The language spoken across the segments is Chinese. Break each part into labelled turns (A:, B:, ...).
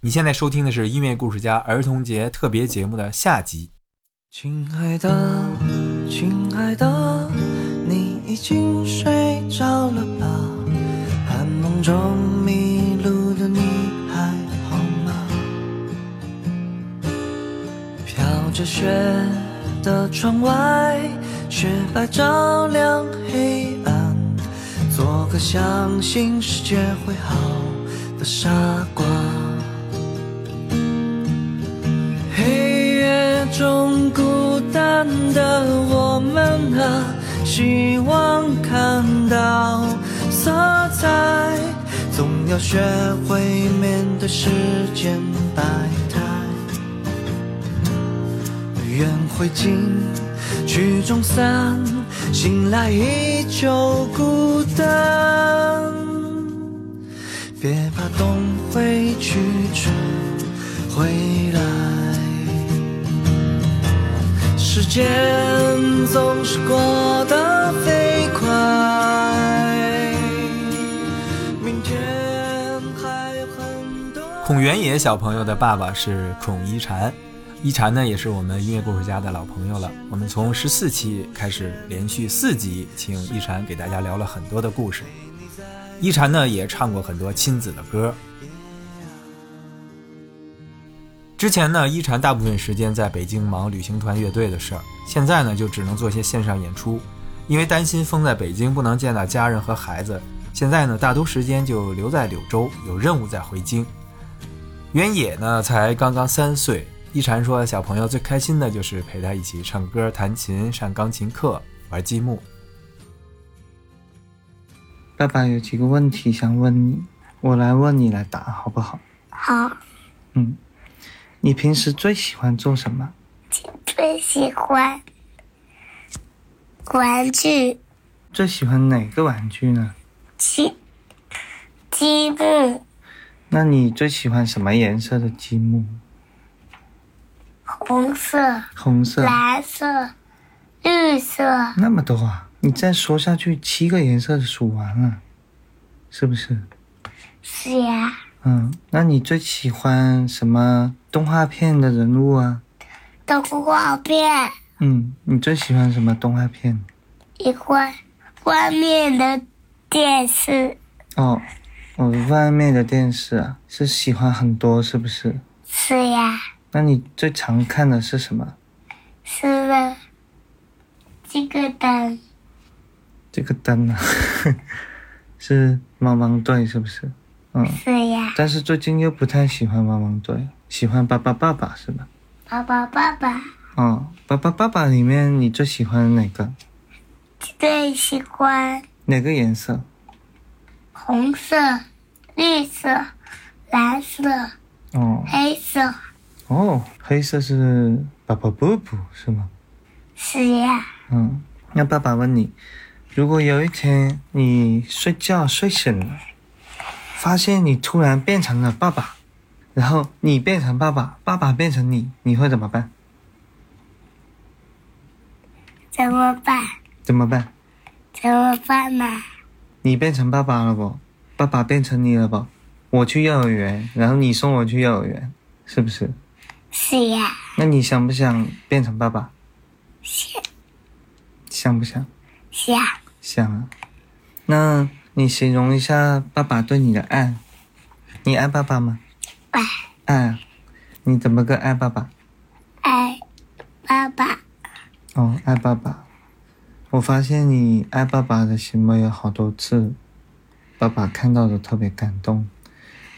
A: 你现在收听的是音乐故事家儿童节特别节目的下集。
B: 亲爱的，亲爱的，你已经睡着了吧？寒梦中迷路的你还好吗？飘着雪的窗外，雪白照亮黑暗。做个相信世界会好的傻瓜。黑夜中孤单的我们啊，希望看到色彩，总要学会面对世间百态。愿会进曲终散，醒来依旧孤单。别怕，冬会去，春会来。时间总是过得飞快，明天还有很多。
A: 孔元野小朋友的爸爸是孔一禅，一禅呢也是我们音乐故事家的老朋友了。我们从十四期开始，连续四集，请一禅给大家聊了很多的故事。一禅呢也唱过很多亲子的歌。之前呢，一禅大部分时间在北京忙旅行团乐队的事儿，现在呢就只能做些线上演出，因为担心封在北京不能见到家人和孩子，现在呢大多时间就留在柳州，有任务再回京。原野呢才刚刚三岁，一禅说小朋友最开心的就是陪他一起唱歌、弹琴、上钢琴课、玩积木。
C: 爸爸有几个问题想问你，我来问你来答好不好？
D: 好，
C: 嗯，你平时最喜欢做什么？
D: 最喜欢玩具
C: 最喜欢哪个玩具呢？
D: 积积木
C: 那你最喜欢什么颜色的积木？
D: 红色、
C: 红色。
D: 蓝色、绿色、
C: 那么多啊！你再说下去，七个颜色数完了，是不是？
D: 是呀，
C: 嗯，那你最喜欢什么动画片的人物啊？
D: 动画片
C: 嗯，你最喜欢什么动画片？
D: 一块外面的电视
C: 哦，我外面的电视啊，是喜欢很多，是不是？
D: 是呀，
C: 那你最常看的是什么？
D: 是的，这个灯
C: 这个灯啊， 是汪汪队是不是？嗯，
D: 是呀，
C: 但是最近又不太喜欢汪汪队，喜欢巴巴爸爸是吧？
D: 爸爸爸爸
C: 哦，巴巴爸爸里面你最喜欢哪个？
D: 最喜欢
C: 哪个颜色？
D: 红色、绿色、蓝色、
C: 哦
D: 黑色，
C: 哦，黑色是巴巴布布是吗？
D: 是呀。
C: 嗯，那爸爸问你，如果有一天你睡觉睡醒了，发现你突然变成了爸爸，然后你变成爸爸，爸爸变成你，你会怎么办？
D: 怎么办？
C: 怎么办？
D: 怎么办呢？
C: 你变成爸爸了不？爸爸变成你了不？我去幼儿园，然后你送我去幼儿园，是不是？
D: 是呀，
C: 那你想不想变成爸爸？
D: 想
C: 想不想？
D: 想
C: 想啊。那你形容一下爸爸对你的爱，你爱爸爸吗？
D: 爱
C: 爱啊。你怎么个爱爸爸？
D: 爱爸爸，
C: 哦，爱爸爸。我发现你爱爸爸的行为有好多次，爸爸看到的特别感动。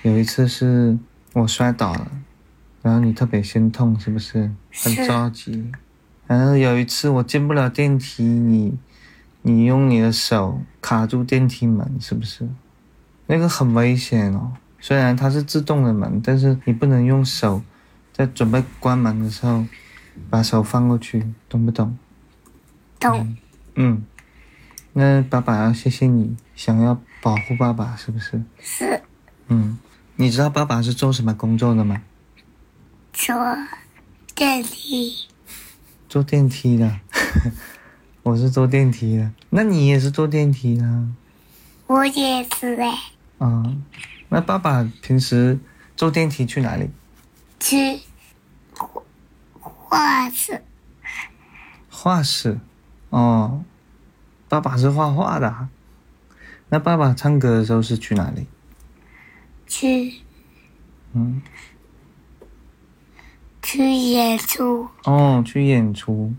C: 有一次是我摔倒了，然后你特别心痛，是不是？很
D: 是
C: 着急。然后有一次我进不了电梯，你你用你的手卡住电梯门，是不是？那个很危险哦。虽然它是自动的门，但是你不能用手，在准备关门的时候，把手放过去，懂不懂？
D: 懂
C: 嗯，那爸爸要谢谢你，想要保护爸爸，是不是？
D: 是
C: 嗯，你知道爸爸是做什么工作的吗？
D: 坐电梯，
C: 坐电梯的， 我是坐电梯的，那你也是坐电梯的啊、啊
D: 我也是哎，
C: 嗯那爸爸平时坐电梯去哪里？
D: 去画室，
C: 画室。哦，爸爸是画画的啊。那爸爸唱歌的时候是去哪里？
D: 去
C: 嗯，
D: 去演出，
C: 哦，去演出。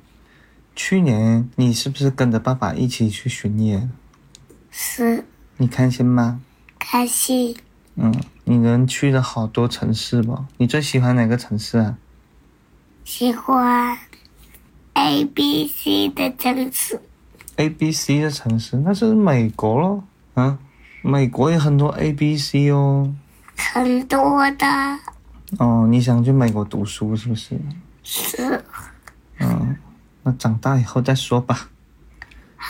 C: 去年你是不是跟着爸爸一起去巡演？
D: 是
C: 你开心吗？
D: 开心。
C: 嗯，你能去了好多城市吧？你最喜欢哪个城市啊？
D: 喜欢 A B C 的城市，
C: A、B、C 的城市，那是美国咯。啊，美国有很多 A、B、C 哦。
D: 很多的
C: 哦，你想去美国读书是不是？
D: 是
C: 嗯，那长大以后再说吧。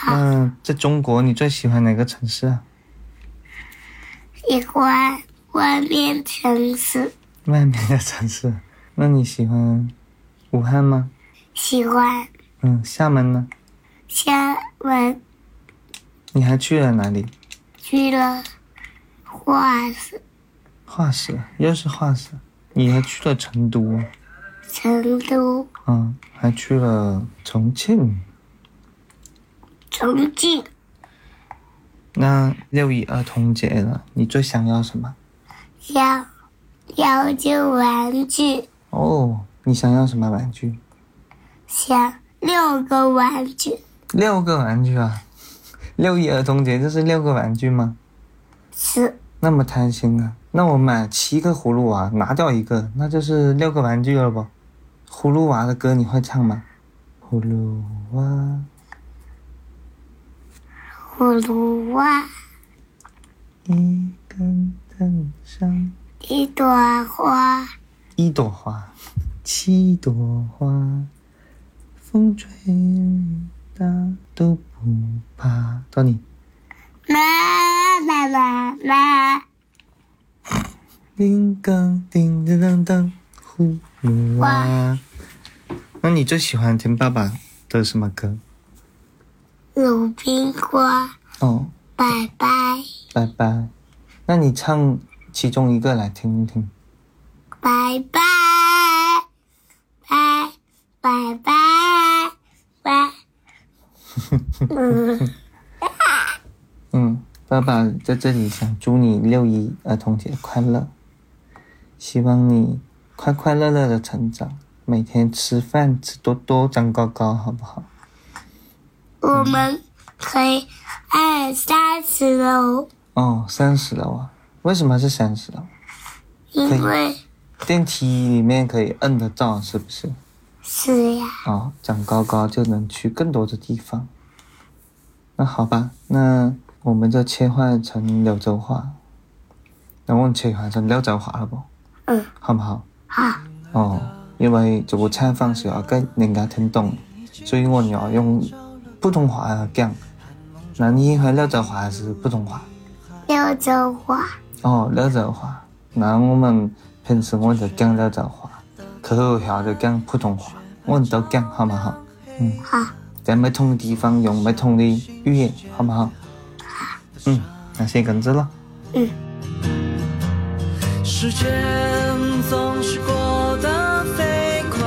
C: 那在中国，你最喜欢哪个城市啊？
D: 喜欢外面城市，
C: 外面的城市。那你喜欢武汉吗？
D: 喜欢
C: 嗯，厦门呢？
D: 厦门
C: 你还去了哪里？
D: 去了画室，
C: 画室，啊又是画室。你还去了成都，啊
D: 成都、
C: 嗯，还去了重庆。
D: 重庆、
C: 那六一儿童节了，你最想要什么？
D: 要要求玩具，
C: 哦，你想要什么玩具？
D: 想六个玩具，
C: 六个玩具啊！ 六一儿童节这是六个玩具吗？
D: 是
C: 那么贪心啊！那我买七个葫芦娃，拿掉一个，那就是六个玩具了不？葫芦娃的歌你会唱吗？葫芦娃，
D: 葫芦娃，
C: 一根藤上
D: 一朵花，
C: 一朵花，七朵花，风吹雨打都不怕。到你。
D: 啦啦啦啦，
C: 叮当叮叮当当，葫芦娃。啊那你最喜欢听爸爸的什么歌？
D: 鲁冰花。
C: 哦，
D: 拜拜，
C: 拜拜。那你唱其中一个来听一听。
D: 拜拜，拜拜拜拜。嗯，
C: 嗯，爸爸在这里想祝你六一儿童节快乐，希望你快快乐乐的成长，每天吃饭吃多多，长高高，好不好？
D: 我们可以按三十楼，
C: 哦，三十了哇！为什么是三十了？
D: 因为
C: 电梯里面可以摁得到，是不是？
D: 是呀，
C: 哦，长高高就能去更多的地方。那好吧，那我们就切换成柳州话，能问切换成柳州话了不？
D: 嗯，
C: 好不好？
D: 好，
C: 哦，因为这个采访是要给啊人家听懂，所以我要用普通话来讲。那你会柳州话还是普通话？
D: 柳州话，
C: 哦，柳州话。那我们平时我就讲柳州话，课后校就讲普通话，我们都讲好不好？
D: 好，
C: 在不同的地方用不同的语言，好不好？嗯，那先跟着了。
B: 时间总是过得飞快，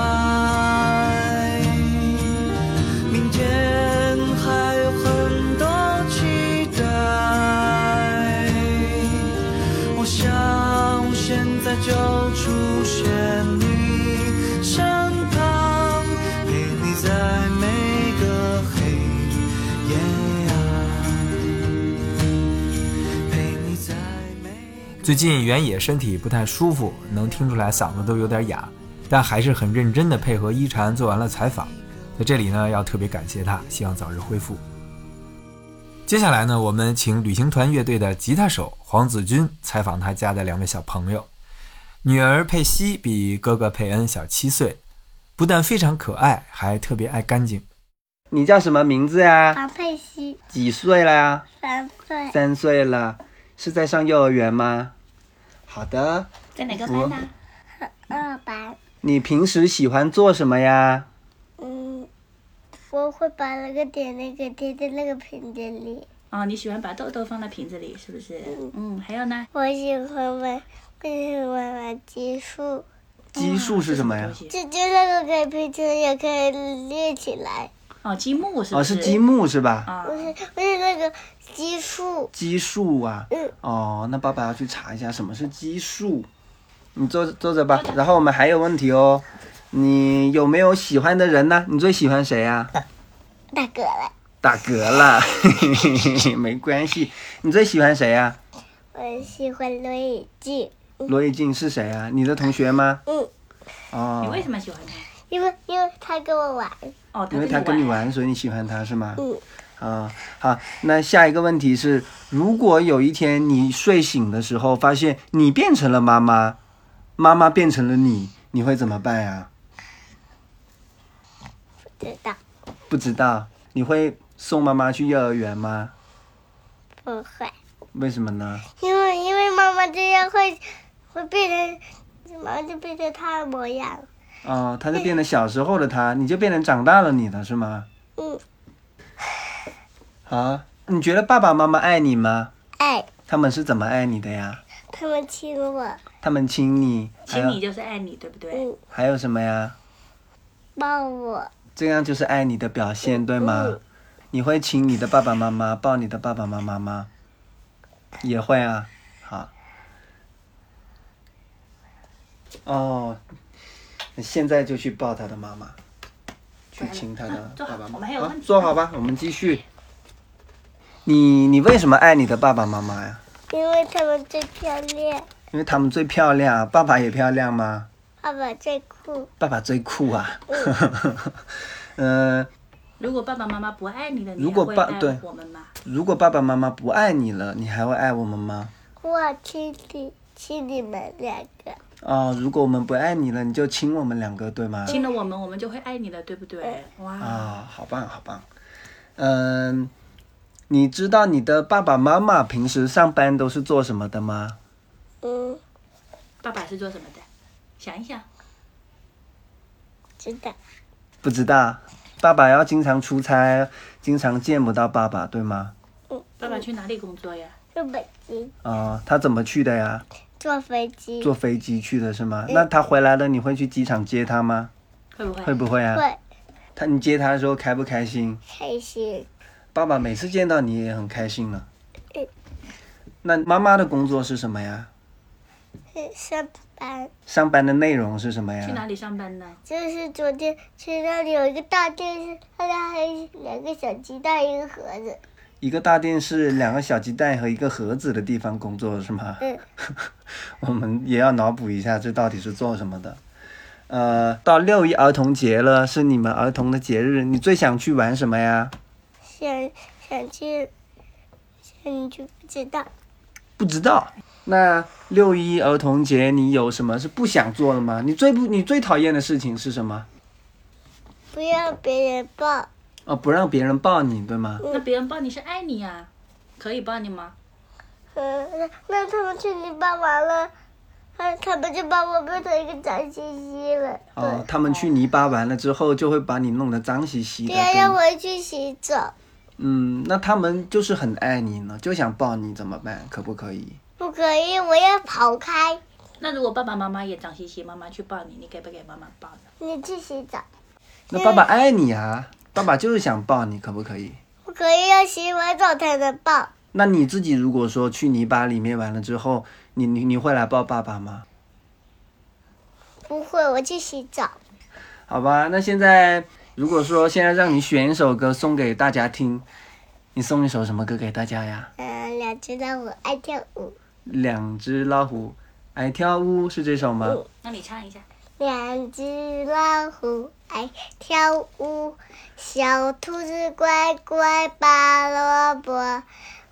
B: 明天还有很多期待。我想现在就出现你身旁，陪你在每个黑夜啊，陪你在每。
A: 最近原野身体不太舒服，能听出来嗓子都有点哑，但还是很认真的配合一禅做完了采访。在这里呢，要特别感谢他，希望早日恢复。接下来呢，我们请旅行团乐队的吉他手黄子君采访他家的两位小朋友，女儿佩西比哥哥佩恩小七岁，不但非常可爱，还特别爱干净。
E: 你叫什么名字
F: 啊
E: 呀？
D: 王佩西
E: 几岁了呀？
D: 三
F: 哎
D: 岁，
E: 三岁了，是在上幼儿园吗？好的，
F: 在哪个班呢？
D: 二班，
E: 你平时喜欢做什么呀？
D: 嗯，我会把那个点那个贴在那个瓶子里，
F: 嗯
D: 嗯
F: 哦，你喜欢把豆豆放到瓶子里，是不是？嗯，还有呢？
D: 我喜欢玩这是我的激素，
F: 哦
E: 激素是什么呀
F: 东？西
D: 这就那个可以平时也可以练起来，
F: 哦，积木是
E: 哦，
F: 不
E: 是
F: 是？
E: 积木是吧？
F: 啊
D: 不，是不是那个激素，
E: 激素啊
D: 嗯，
E: 哦，那爸爸要去查一下什么是激素。你坐坐着吧，然后我们还有问题哦，你有没有喜欢的人呢？你最喜欢 谁呀、
D: 大哥了，
E: 打嗝了， 没关系。你最喜欢谁呀、
D: 我喜欢罗永静，
E: 罗一静是谁啊？你的同学吗？
D: 嗯，
E: 哦，
F: 你为什么喜欢他？
D: 因为因为他跟我玩，
F: 哦，
E: 因为他跟
F: 跟
E: 你
F: 你。
E: 玩，所以你喜欢他是吗？
D: 嗯。
E: 啊，好，那下一个问题是，如果有一天你睡醒的时候发现你变成了妈妈，妈妈变成了你，你会怎么办呀、
D: 不知道
E: 不知道，你会送妈妈去幼儿园吗？
D: 不会，
E: 为什么呢？
D: 因为因为妈妈这样会会变成，妈妈就变成他的模样，
E: 哦，他就变成小时候的他，你就变成长大了你了是吗？
D: 嗯，
E: 啊，你觉得爸爸妈妈爱你吗？
D: 爱
E: 他们是怎么爱你的呀？
D: 他们亲我，
E: 他们亲你，还
F: 亲你
E: 有
F: 就是爱你，对不对？
D: 嗯，
E: 还有什么呀？
D: 抱我，
E: 这样就是爱你的表现，对吗
D: 嗯？
E: 你会亲你的爸爸妈妈，抱你的爸爸妈妈吗？也会啊，好。哦，现在就去抱他的妈妈，去亲他的
F: 坐
E: 爸
F: 好
E: 爸
F: 我
E: 妈
F: 们
E: 妈。
F: 还有
E: 好
F: 问题，
E: 坐好吧，我们继续。你你为什么爱你的爸爸妈妈呀？
D: 因为他们最漂亮，
E: 因为他们最漂亮，爸爸也漂亮吗？
D: 爸爸最酷，
E: 爸爸最酷啊！ 嗯、呃，
F: 如果爸爸妈妈不爱你了，你
E: 如果
F: 还会
E: 爸
F: 爱
E: 对
F: 我们吗？
E: 如果爸爸妈妈不爱你了，你还会爱我们吗？
D: 我亲你，亲你们两个，
E: 哦，如果我们不爱你了，你就亲我们两个，对吗？
F: 亲了我们，我们就会爱你了，对不对？哇，
E: 啊、好棒，好棒。嗯，你知道你的爸爸妈妈平时上班都是做什么的吗？
D: 嗯，
F: 爸爸是做什么的？想一想，
D: 知道，
E: 不知道。爸爸要经常出差，经常见不到爸爸，对吗？
D: 嗯，
F: 爸爸去哪里工作呀？
D: 坐飞机，
E: 啊、他怎么去的呀？
D: 坐飞机，
E: 坐飞机去的是吗？
F: 嗯
E: 那他回来了，你会去机场接他吗？
F: 会不会？
E: 会不会啊？
D: 会
E: 他你接他的时候开不开心？
D: 开心，
E: 爸爸每次见到你也很开心了
D: 嗯。
E: 那妈妈的工作是什么呀？
D: 嗯上班。
E: 上班的内容是什么
F: 去哪
E: 呀？
F: 里上班呢？
D: 就是昨天去那里有一个大电视，它那还有两个小鸡蛋，一个盒子。
E: 一个大电视、两个小鸡蛋和一个盒子的地方工作是吗？
D: 嗯，
E: 我们也要脑补一下，这到底是做什么的？呃，到六一儿童节了，是你们儿童的节日，你最想去玩什么呀？
D: 想想去，想你去不知道，
E: 不知道。那六一儿童节你有什么是不想做的吗？你最不你最讨厌的事情是什么？
D: 不要别人抱，
E: 哦，不让别人抱你，对吗？
F: 那别人抱你是爱你呀，可以抱你吗？
D: 嗯，那那他们去你爸完了，他他们就把我变成一个脏兮兮了。
E: 哦，他们去泥巴完了之后，就会把你弄得脏兮兮的。
D: 对呀，让
E: 跟
D: 我去洗澡，
E: 嗯，那他们就是很爱你呢，就想抱你，怎么办？可不可以？
D: 不可以，我要跑开。
F: 那如果爸爸妈妈也脏兮兮，妈妈去抱你，你给不给妈妈抱呢？
D: 你去洗澡，
E: 那爸爸爱你啊，爸爸就是想抱你，可不可以？
D: 不可以要洗完澡才能抱，
E: 那你自己如果说去泥巴里面完了之后，你你你会来抱爸爸吗？
D: 不会，我去洗澡。
E: 好吧，那现在如果说现在让你选一首歌送给大家听，你送一首什么歌给大家呀？
D: 嗯，两只老虎爱跳舞。
E: 两只老虎爱跳舞是这首吗？
D: 嗯
F: 那你唱一下。
D: 两只老虎爱跳舞，小兔子乖乖拔萝卜，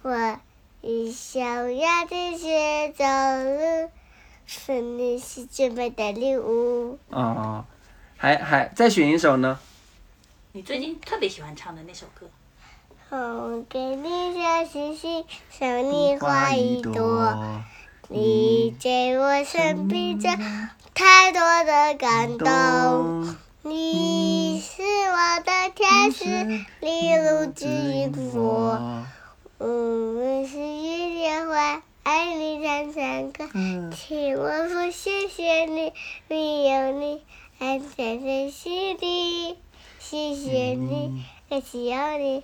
D: 我与小鸭子学走路，送你是最美的礼物。
E: 哦，还还再选一首呢？
F: 你最近特别喜欢唱的那首歌，
D: 我给你小星星，送你花一朵，
E: 朵，
D: 你给我生命着太多的感动。
E: 懂
D: 你是我的天使，你如指引我。我们是一片花，爱你长长歌，
E: 嗯，
D: 请我说谢谢你，你有你安全在心里，谢谢你，感谢有你，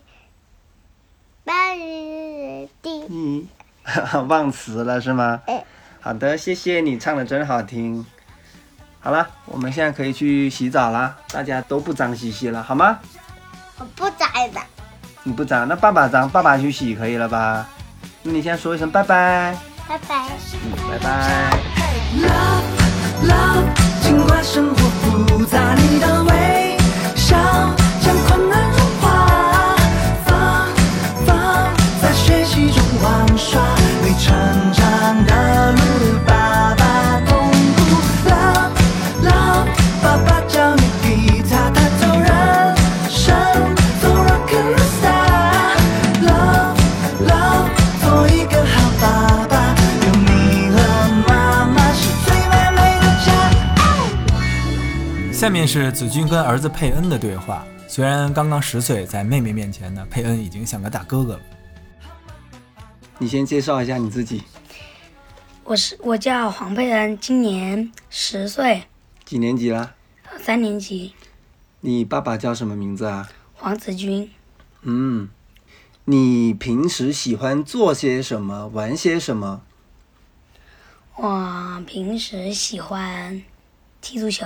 D: 把日地。
E: 你嗯 忘词了是吗
D: 哎？
E: 好的，谢谢你唱的真好听。好了，我们现在可以去洗澡啦，大家都不脏兮兮了，好吗？
D: 我不在的，
E: 你不脏，那爸爸脏，爸爸去洗可以了吧？那你先说一声拜拜，
D: 拜拜。
E: 嗯，拜拜。
B: Love Love，尽管生活复杂，你的微笑将困难融化，放放在学习中玩耍，为成长的路爸爸同步。Love Love，爸爸教你吉他，他走人生，走 rock and roll star。Love Love，做一个好爸爸，有你和妈妈是最完美的家。
A: 下面是子君跟儿子佩恩的对话。虽然刚刚十岁，在妹妹面前呢，佩恩已经像个大哥哥了。
E: 你先介绍一下你自己，
G: 我是我叫黄佩恩，今年十岁，
E: 几年级了？
G: 三年级，
E: 你爸爸叫什么名字啊？
G: 黄子君。
E: 嗯，你平时喜欢做些什么，玩些什么？
G: 我平时喜欢踢足球，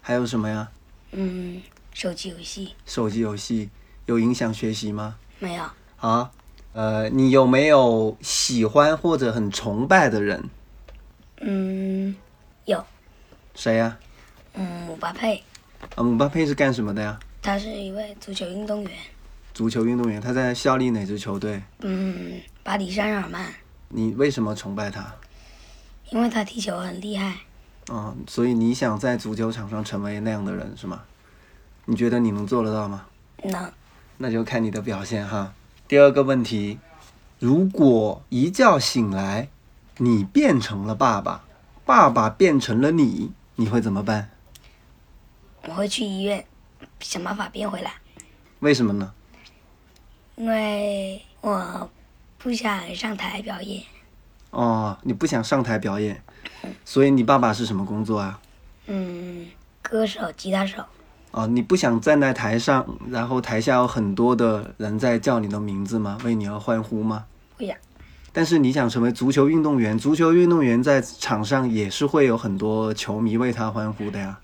E: 还有什么呀？
G: 嗯，手机游戏
E: 手机游戏有影响学习吗？
G: 没有，
E: 啊，呃，你有没有喜欢或者很崇拜的人？
G: 嗯，有，
E: 谁呀、
G: 嗯，姆巴佩，
E: 啊，姆巴佩是干什么的呀？
G: 他是一位足球运动员，
E: 足球运动员，他在效力哪支球队？
G: 嗯，巴黎圣日耳曼，
E: 你为什么崇拜他？
G: 因为他踢球很厉害，
E: 啊，所以你想在足球场上成为那样的人是吗？你觉得你能做得到吗？
G: 能，
E: 那就看你的表现哈。第二个问题，如果一觉醒来，你变成了爸爸，爸爸变成了你，你会怎么办？
G: 我会去医院想办法变回来，
E: 为什么呢？
G: 因为我不想上台表演，
E: 哦，你不想上台表演，所以你爸爸是什么工作啊？
G: 嗯，歌手、吉他手，
E: 哦，你不想站在台上，然后台下有很多的人在叫你的名字吗？为你而欢呼吗？
G: 不想，
E: 但是你想成为足球运动员，足球运动员在场上也是会有很多球迷为他欢呼的呀。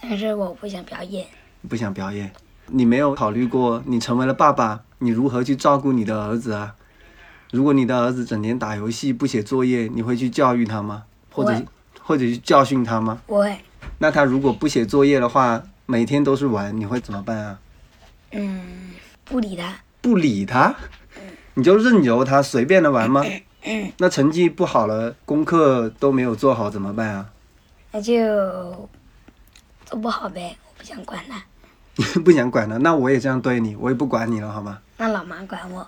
G: 但是我不想表演。
E: 不想表演，你没有考虑过你成为了爸爸，你如何去照顾你的儿子啊？如果你的儿子整天打游戏不写作业，你会去教育他吗？或者
G: 会
E: 或者去教训他吗？
G: 我会，
E: 那他如果不写作业的话，每天都是玩，你会怎么办啊？
G: 嗯，不理他，
E: 不理他，你就任由他随便的玩吗？
G: 嗯
E: 那成绩不好了，功课都没有做好怎么办啊？
G: 那就做不好呗，我不想管他，
E: 不想管了，那我也这样对你，我也不管你了，好吗？
G: 让老妈管我。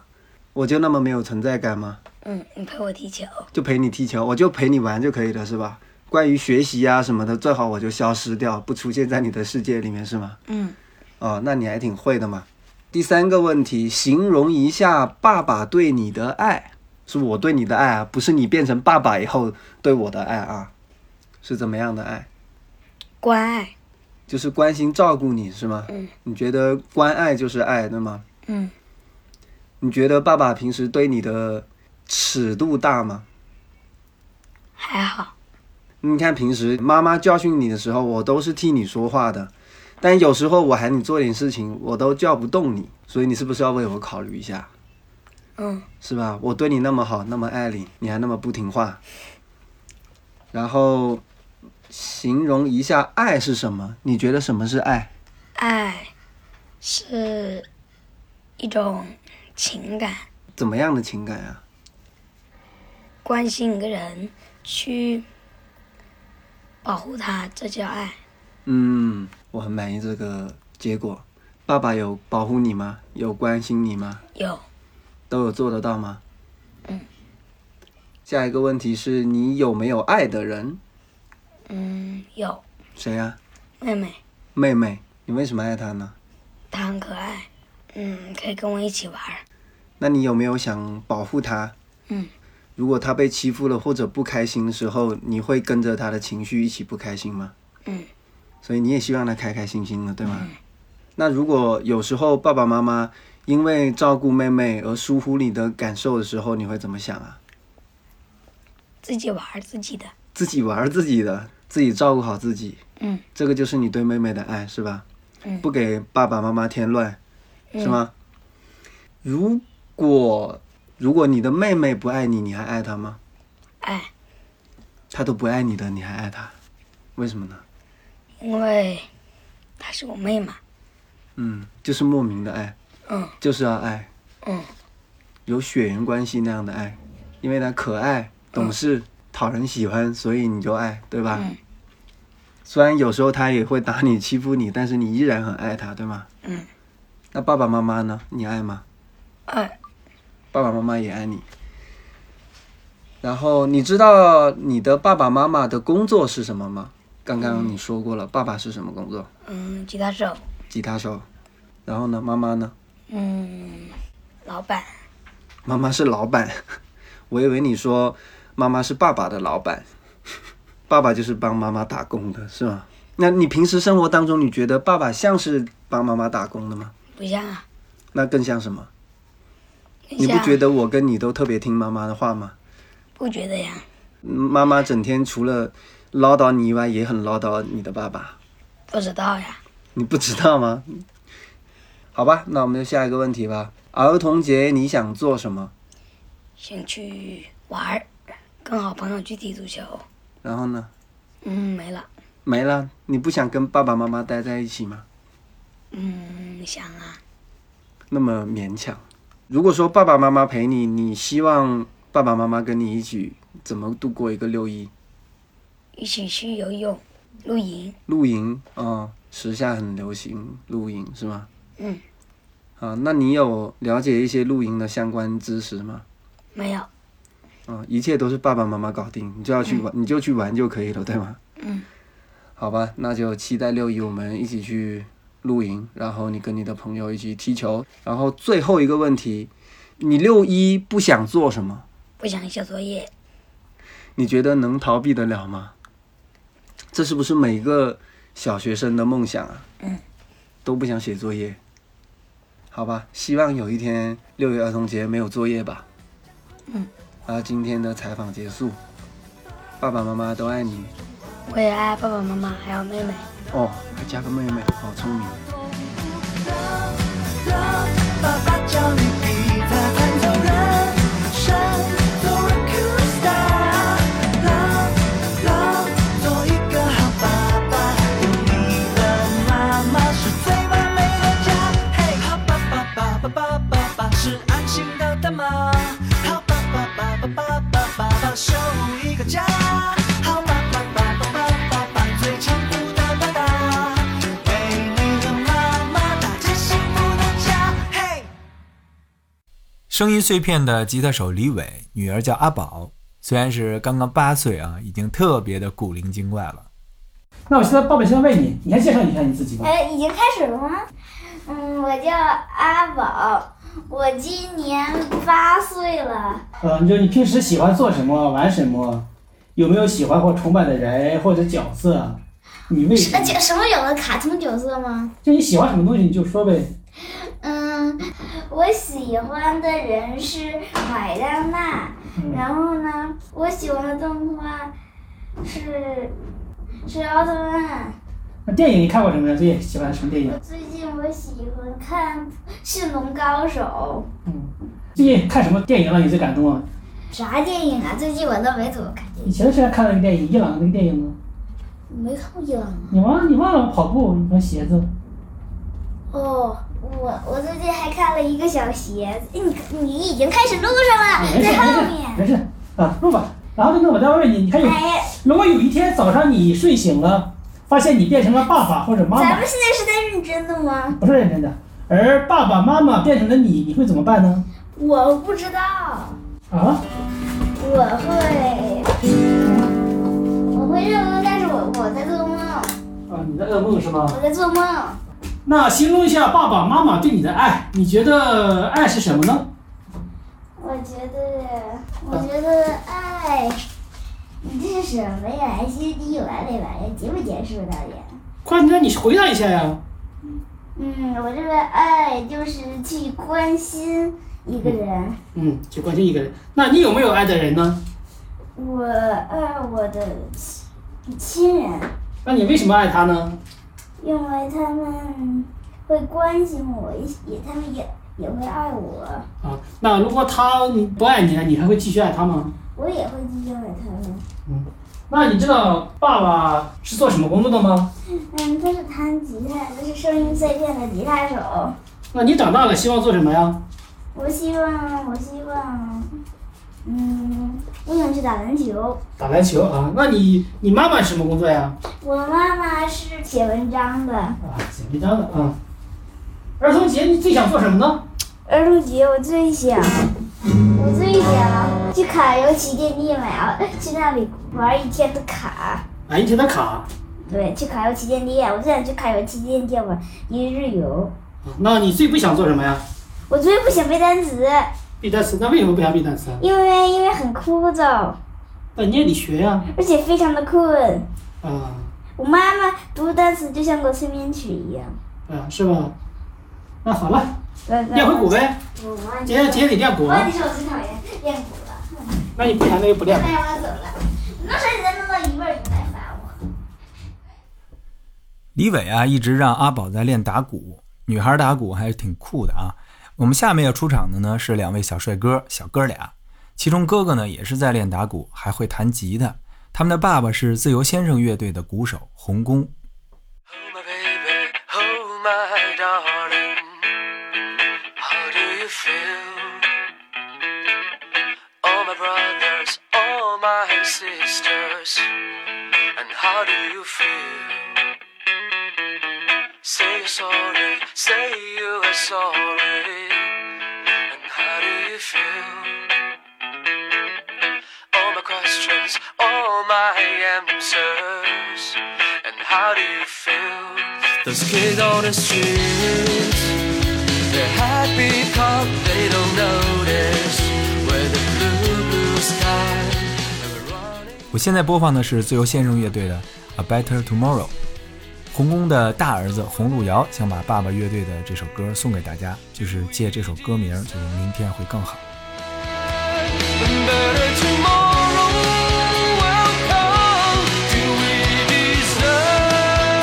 E: 我就那么没有存在感吗？
G: 嗯，你陪我踢球，
E: 就陪你踢球，我就陪你玩就可以了，是吧？关于学习啊什么的，最好我就消失掉，不出现在你的世界里面，是吗？
G: 嗯。
E: 哦，那你还挺会的嘛。第三个问题，形容一下爸爸对你的爱，是我对你的爱啊，不是你变成爸爸以后对我的爱啊，是怎么样的爱？
G: 关爱。
E: 就是关心照顾你是吗？
G: 嗯。
E: 你觉得关爱就是爱，对吗？
G: 嗯，
E: 你觉得爸爸平时对你的尺度大吗？
G: 还好，
E: 你看平时妈妈教训你的时候，我都是替你说话的，但有时候我喊你做点事情，我都叫不动你，所以你是不是要为我考虑一下，
G: 嗯，
E: 是吧？我对你那么好，那么爱你，你还那么不听话。然后，形容一下爱是什么？你觉得什么是爱？
G: 爱是一种情感，
E: 怎么样的情感啊？
G: 关心一个人，去保护他，这叫爱。
E: 嗯，我很满意这个结果。爸爸有保护你吗？有关心你吗？
G: 有，
E: 都有做得到吗？嗯。下一个问题是你有没有爱的人？
G: 嗯，有。
E: 谁呀、
G: 妹妹
E: 妹妹，你为什么爱她呢？
G: 她很可爱，嗯，可以跟我一起玩儿，
E: 那你有没有想保护她？
G: 嗯。
E: 如果他被欺负了或者不开心的时候，你会跟着他的情绪一起不开心吗？
G: 嗯，
E: 所以你也希望他开开心心的，对吗？那如果有时候爸爸妈妈因为照顾妹妹而疏忽你的感受的时候，你会怎么想啊？
G: 自己玩儿自己的，
E: 自己玩儿自己的，自己照顾好自己，
G: 嗯，
E: 这个就是你对妹妹的爱，是吧？
G: 嗯
E: 不给爸爸妈妈添乱，
G: 嗯
E: 是吗？如果如果你的妹妹不爱你，你还爱她吗？
G: 爱，
E: 她都不爱你的，你还爱她，为什么呢？
G: 因为她是我妹嘛，
E: 嗯，就是莫名的爱，
G: 嗯
E: 就是要爱，
G: 嗯
E: 有血缘关系那样的爱，因为她可爱、懂事、讨人喜欢，所以你就爱，对吧？
G: 嗯
E: 虽然有时候她也会打你、欺负你，但是你依然很爱她，对吗？
G: 嗯，
E: 那爸爸妈妈呢？你爱吗？
G: 爱，
E: 爸爸妈妈也爱你。然后你知道你的爸爸妈妈的工作是什么吗？刚刚你说过了，爸爸是什么工作？
G: 嗯，吉他手，
E: 吉他手。然后呢，妈妈呢？
G: 嗯，老板，
E: 妈妈是老板。 我以为你说妈妈是爸爸的老板， 爸爸就是帮妈妈打工的，是吗？那你平时生活当中，你觉得爸爸像是帮妈妈打工的吗？
G: 不像啊，
E: 那更像什么？
G: 更
E: 你不
G: 像啊
E: 觉得我跟你都特别听妈妈的话吗？
G: 不觉得呀？
E: 妈妈整天除了唠叨你以外，也很唠叨你的爸爸，
G: 不知道呀，
E: 你不知道吗？好吧，那我们就下一个问题吧。儿童节你想做什么？
G: 想去玩儿，跟好朋友去踢足球，
E: 然后呢？
G: 嗯，没了，
E: 没了，你不想跟爸爸妈妈待在一起吗？
G: 嗯，想啊，
E: 那么勉强。如果说爸爸妈妈陪你，你希望爸爸妈妈跟你一起怎么度过一个六一
G: 一起去游泳、露营，
E: 露营啊、哦时下很流行露营是吗？
G: 嗯，
E: 啊，那你有了解一些露营的相关知识吗？
G: 没有，
E: 啊，一切都是爸爸妈妈搞定，你就要去玩，你就去玩就可以了，对吗？
G: 嗯，
E: 好吧，那就期待六一我们一起去露营，然后你跟你的朋友一起踢球，然后最后一个问题，你六一不想做什么？
G: 不想写作业，
E: 你觉得能逃避得了吗？这是不是每个小学生的梦想啊？
G: 嗯，
E: 都不想写作业。好吧，希望有一天六一儿童节没有作业吧。
G: 嗯。
E: 啊，今天的采访结束，爸爸妈妈都爱你
G: 我也爱爸爸妈妈还有妹妹。
E: 哦，还加个妹妹，好聪明。
B: 爸爸教你吉他弹奏人生，做 rock star。Love love，做一个好爸爸，有你的妈妈是最完美的家。嘿，好爸爸爸爸爸爸爸是安心的大妈，好爸爸爸爸爸爸爸爸守护一个家，好爸爸爸爸爸爸爸最强不的爸爸，陪你和妈妈搭建幸福的家。嘿。
A: 声音碎片的吉他手李伟，女儿叫阿宝，虽然是刚刚八岁啊，已经特别的古灵精怪了。
H: 那我现在，爸爸现在问你，你先介绍一下你自己吧。
D: 呃，已经开始了吗？嗯，我叫阿宝，我今年八岁了。
H: 嗯、你就你平时喜欢做什么，玩什么，有没有喜欢或崇拜的人或者角色？你为什
D: 那
H: 么？
D: 角呃什么角色？卡通角色吗？
H: 就你喜欢什么东西你就说呗。
D: 嗯，我喜欢的人是海丹娜，然后呢，我喜欢的动画是是奥特曼。
H: 那电影你看过什么呀？最近喜欢什么电影？
D: 最近我喜欢看《驯龙高手
H: 最近看什么电影让你最感动啊？》。
D: 啥电影啊？最近我都没怎么看
H: 你
D: 电影，
H: 前段时间看了一个电影，伊朗的那个电影吗？
D: 没看过伊朗啊。
H: 你忘你忘了跑步，你穿鞋子。
D: 哦，我我最近还看了一个小鞋子，哎你你已经开始录上了，
H: 没事
D: 在后
H: 没事
D: 面。
H: 没事啊，录吧。然后那个我再问问你，你还有，
D: 哎呀，
H: 如果有一天早上你睡醒了，发现你变成了爸爸或者妈
D: 咱
H: 妈
D: 们，现在是在认真的吗？
H: 不是认真的，而爸爸妈妈变成了你，你会怎么办呢？
D: 我不知道。
H: 啊？
D: 我会，我会认为，但是我我在做梦，
H: 啊，你的噩梦是吗？
D: 我在做梦。
H: 那形容一下爸爸妈妈对你的爱，你觉得爱是什么呢？
D: 我觉得，我哎
I: 我觉得爱，
D: 你这是什么呀？ACD 哎有完没完呀？结不结束到底？
H: 快，那你回答一下呀。
D: 嗯，我认为爱就是去关心一个人。
H: 嗯，去关心一个人。那你有没有爱的人呢？
D: 我爱我的亲亲人，
H: 那你为什么爱他呢？
D: 因为他们会关心我，也也他们也也会爱我，
H: 啊，那如果他不爱你了，你还会继续爱他吗？
D: 我也会去爱他们。
H: 那你知道爸爸是做什么工作的吗？
D: 嗯，他是弹吉他，他是声音碎片的吉他手。
H: 那你长大了希望做什么呀？
D: 我希望，我希望，嗯，我想去打篮球。
H: 打篮球啊？那你你妈妈是什么工作呀？
D: 我妈妈是写文章的。
H: 啊，写文章的啊。儿童节你最想做什么呢？
D: 儿童节我最想，我最想去卡游旗店地买，啊 去那里玩一天的卡。
H: 买一天的卡啊。
D: 对，去卡游旗舰啊店，我最想去卡游旗舰店玩一日游。
H: 那你最不想做什么呀？
D: 我最不想背单词，
H: 背单词？那为什么不想背单词啊？
D: 因为因为很枯燥，
H: 那你也得学呀。
D: 而且非常的困。
H: 啊
D: 我妈妈读单词就像个催眠曲一样。
H: 啊，是吧？那好了，
D: 拜拜
H: 练回鼓呗。
D: 我妈
H: 今天今天得练鼓啊。
D: 妈，你是我最讨厌练鼓了。
H: 那你不想那就不练了。
D: 哎，我走了。你那时你再弄到一半儿，你再烦我。
A: 李伟啊，一直让阿宝在练打鼓，女孩打鼓还是挺酷的啊。我们下面要出场的呢是两位小帅哥，小哥俩，其中哥哥呢也是在练打鼓，还会弹吉他。他们的爸爸是自由先生乐队的鼓手洪工。
J: Oh my baby, oh my darling, how do you feel? All my brothers, all my sisters, and how do you feel? Say you're sorry, say you are sorry, and how do you feel? all my questions, all my answers. And how do you feel? Those kids on the street, they're happy 'cause they don't notice where the blue, blue sky. and we're running
A: 我现在播放的是自由先生乐队的《A Better Tomorrow》。洪工的大儿子洪路遥想把爸爸乐队的这首歌送给大家，就是借这首歌名，就是明天会更好。
J: And better tomorrow will come. Do we deserve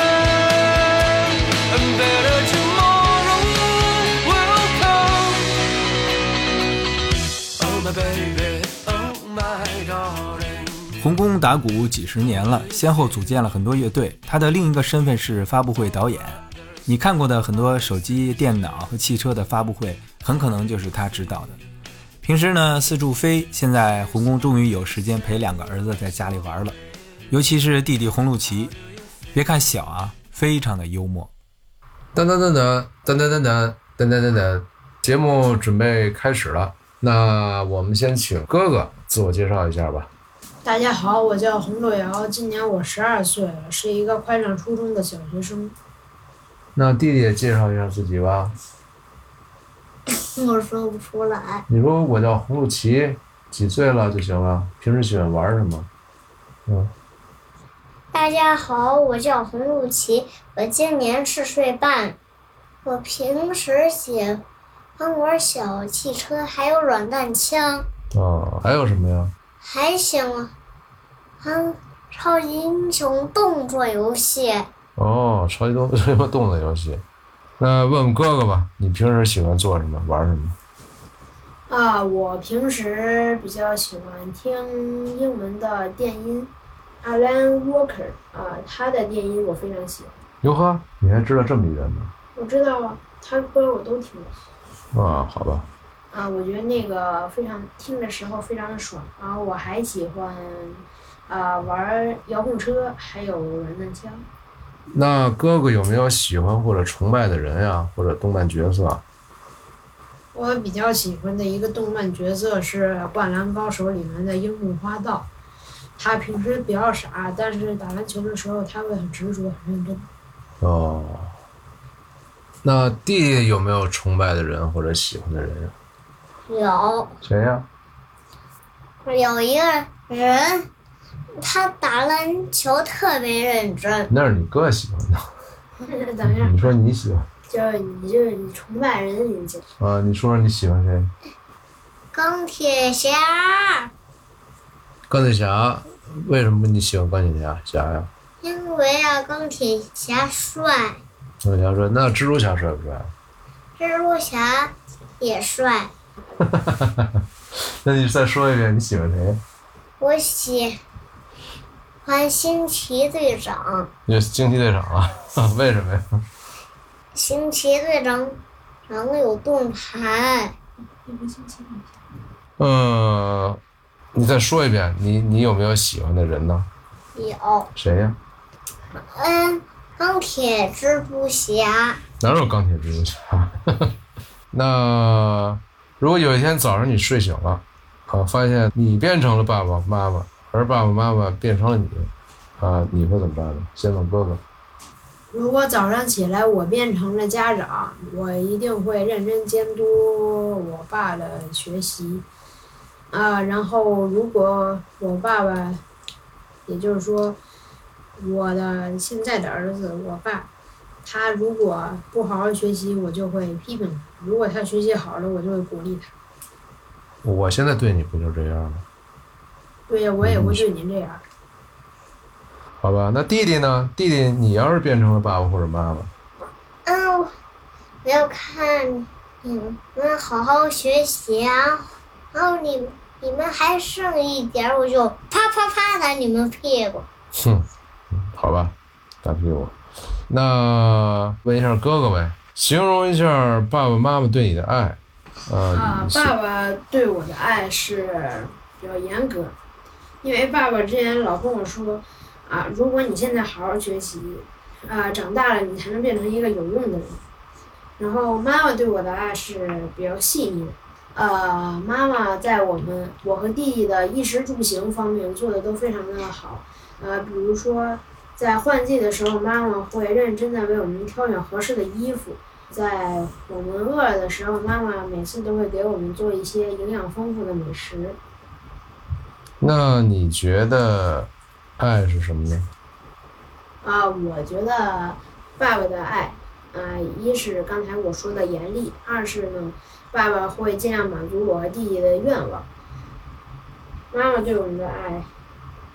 J: a better tomorrow will come? Oh my baby, oh my darling.
A: 洪工打鼓几十年了，先后组建了很多乐队。他的另一个身份是发布会导演。你看过的很多手机、电脑和汽车的发布会，很可能就是他指导的。平时呢，四处飞。现在洪工终于有时间陪两个儿子在家里玩了，尤其是弟弟洪路奇。别看小啊，非常的幽默。
K: 噔噔噔噔噔噔噔噔噔噔噔噔，节目准备开始了。那我们先请哥哥自我介绍一下吧。
L: 大家好，我叫洪洛瑶，今年我十二岁了，是一个快上初中的小学生。
K: 那弟弟也介绍一下自己吧。
I: 我说不出来。
K: 你说我叫洪露琪，几岁了就行了。平时喜欢玩什么？嗯，
I: 大家好，我叫洪露琪，我今年四岁半。我平时喜欢玩小汽车，还有软弹枪，
K: 哦，还有什么呀？
I: 还喜欢超级英雄动作游戏。
K: 哦，超级动什么动作游戏？那问问哥哥吧，你平时喜欢做什么，玩什么？
L: 啊，我平时比较喜欢听英文的电音，Alan Walker 啊，他的电音我非常喜欢。
K: 哟呵，你还知道这么一人呢？
L: 我知道啊，他的歌我都听过
K: 啊，好吧，
L: 啊，我觉得那个非常听的时候非常的爽。然后我还喜欢啊玩遥控车，还有软弹枪。
K: 那哥哥有没有喜欢或者崇拜的人呀、或者动漫角色？啊
L: 我比较喜欢的一个动漫角色是《灌篮高手》里面的樱木花道，他平时比较傻，但是打篮球的时候他会很执着、很认真。
K: 哦，那弟弟有没有崇拜的人或者喜欢的人呀、
I: 有
K: 谁呀、
D: 有一个人，他打篮球特别认真。
K: 那是你哥喜欢的。
M: 等一下
K: 你，说你喜欢
M: 就是你就是你崇拜人的领袖，
K: 啊？你说说你喜欢谁？
D: 钢铁侠，
K: 钢铁侠？为什么你喜欢钢铁侠侠呀？
D: 因为啊，钢铁侠帅，
K: 钢铁侠说：“那蜘蛛侠帅不帅
D: 蜘蛛侠也帅。？”
K: 那你再说一遍，你喜欢谁？
D: 我喜欢星奇队长，
K: 你是惊奇队长啊？ 为什么呀？
D: 星奇队长能有盾牌。
K: 嗯，你再说一遍，你你有没有喜欢的人呢？
D: 有，
K: 谁呀？
D: 嗯，钢铁蜘蛛侠，
K: 哪有钢铁蜘蛛侠？ 那如果有一天早上你睡醒了，啊，发现你变成了爸爸妈妈，而爸爸妈妈变成了你，啊，你会怎么办呢？先问哥哥。
L: 如果早上起来我变成了家长，我一定会认真监督我爸的学习，啊，然后如果我爸爸，也就是说我的现在的儿子，我爸，他如果不好好学习，我就会批评他；如果他学习好了，我就会鼓励他。
K: 我现在对你不就这样吗？
L: 对呀，我也会对您这样。
K: 好吧，那弟弟呢？弟弟，你要是变成了爸爸或者妈妈，
D: 嗯，我要看你们好好学习啊，然后你嗯你们还剩一点儿，我就啪啪啪打你们屁股。
K: 哼，好吧，打屁股。那问一下哥哥呗，形容一下爸爸妈妈对你的爱。呃，
L: 啊，
K: 你
L: 爸爸对我的爱是比较严格，因为爸爸之前老跟我说，啊，如果你现在好好学习，啊，长大了你才能变成一个有用的人。然后妈妈对我的爱是比较细腻的，呃，妈妈在我们我和弟弟的衣食住行方面做的都非常的好，呃，比如说在换季的时候，妈妈会认真的为我们挑选合适的衣服，在我们饿了的时候，妈妈每次都会给我们做一些营养丰富的美食。
K: 那你觉得爱是什么呢？
L: 啊，我觉得爸爸的爱，啊，一是刚才我说的严厉，二是呢，爸爸会尽量满足我和弟弟的愿望。妈妈对我们的爱，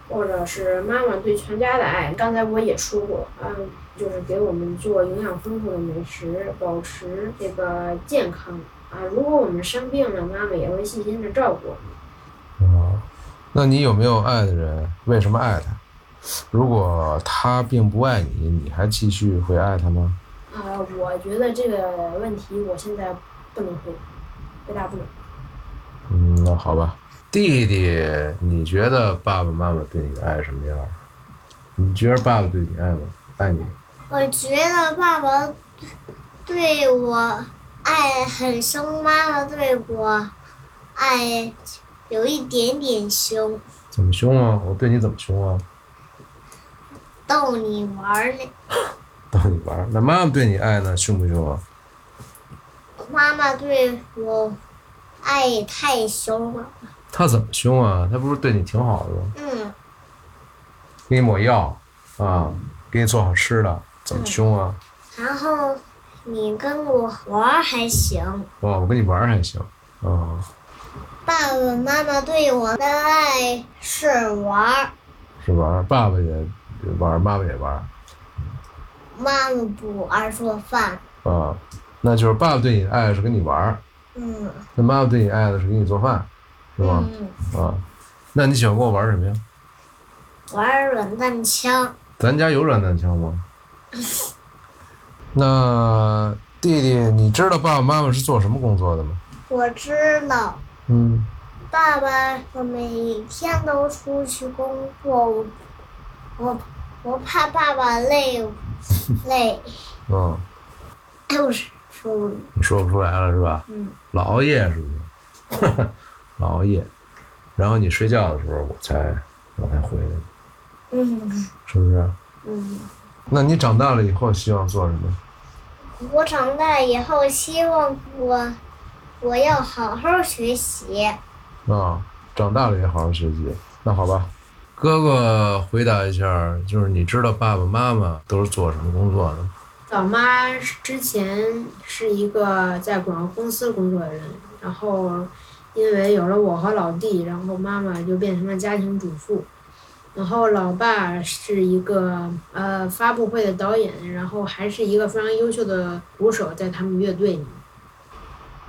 L: 或者是妈妈对全家的爱，刚才我也说过，嗯，就是给我们做营养丰富的美食，保持这个健康啊。如果我们生病了，妈妈也会细心的照顾我们。
K: 那你有没有爱的人？为什么爱他？如果他并不爱你，你还继续会爱他吗？
L: 啊，我觉得这个问题我现在不能回回答不了。
K: 嗯，那好吧。弟弟，你觉得爸爸妈妈对你的爱什么样？你觉得爸爸对你爱吗？爱你？
D: 我觉得爸爸对我爱很凶，妈妈对我爱有一点点凶，
K: 怎么凶啊？我对你怎么凶啊？
D: 逗你玩儿呢。
K: 逗你玩儿。那妈妈对你爱呢？凶不凶啊？
D: 妈妈对我爱也太凶了，
K: 她怎么凶啊？她不是对你挺好的吗？
D: 嗯，
K: 给你抹药啊，给你做好吃的，怎么凶啊？
D: 然后你跟我玩儿还行，
K: 哇，我跟你玩儿还行啊。
D: 爸爸妈妈对我的爱是玩儿，
K: 是玩儿，爸爸也玩儿，妈妈也玩儿
D: 妈妈不爱做饭，
K: 啊。那就是爸爸对你的爱是跟你玩儿，
D: 嗯
K: 那妈妈对你爱的是给你做饭，是吧？
D: 嗯，
K: 啊，那你喜欢跟我玩儿什么呀？
D: 玩儿软弹枪，
K: 咱家有软弹枪吗？那弟弟，你知道爸爸妈妈是做什么工作的吗？
D: 我知道。
K: 嗯，
D: 爸爸，我每天都出去工作，我我我怕爸爸累累，
K: 嗯，
D: 哎，我是说，
K: 你说不出来了是吧？
D: 嗯，
K: 老熬夜是不是？ 老熬夜，然后你睡觉的时候我才我才回来，
D: 嗯
K: 是啊不是？
D: 嗯，
K: 那你长大了以后希望做什么？
D: 嗯我长大以后希望我我要好好学习，
K: 啊，长大了也好好学习。那好吧，哥哥回答一下，就是你知道爸爸妈妈都是做什么工作的？
L: 老妈之前是一个在广告公司工作的人，然后因为有了我和老弟，然后妈妈就变成了家庭主妇。然后老爸是一个呃发布会的导演，然后还是一个非常优秀的鼓手，在他们乐队里。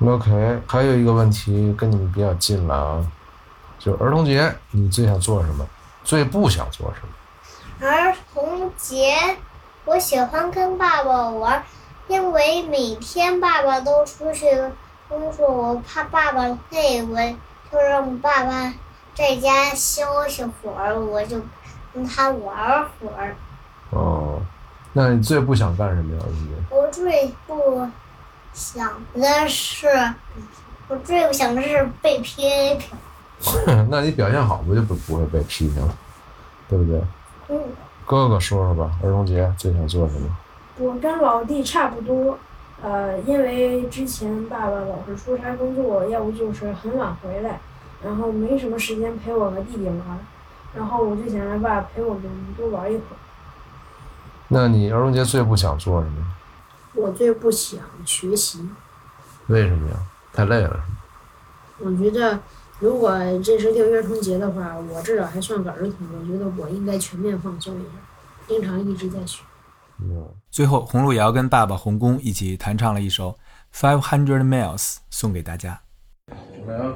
K: OK，还有一个问题跟你们比较近了啊，就儿童节你最想做什么，最不想做什么？
N: 儿童节，我喜欢跟爸爸玩，因为每天爸爸都出去工作，我怕爸爸累，我就让爸爸在家休息会儿，我就跟他玩会儿。
K: 哦，那你最不想干什么呀？儿童节
N: 我最不想的是，我最不想的是被批评。
K: 那你表现好不就不不会被批评了，对不对？
N: 嗯，
K: 哥哥说说吧，儿童节最想做什么？
O: 我跟老弟差不多，呃，因为之前爸爸老是出差工作，要不就是很晚回来，然后没什么时间陪我和弟弟玩儿，然后我就想让爸陪我们多玩一会儿。
K: 那你儿童节最不想做什么？
L: 我最不想学习，
K: 为什么呀？太累了。
L: 我觉得如果这是六一儿童节的话，我至少还算个儿童，我觉得我应该全面放松一下，经常一直在学。
A: 最后，洪路遥跟爸爸洪工一起弹唱了一首《Five Hundred Miles》，送给大家。
K: 来啊！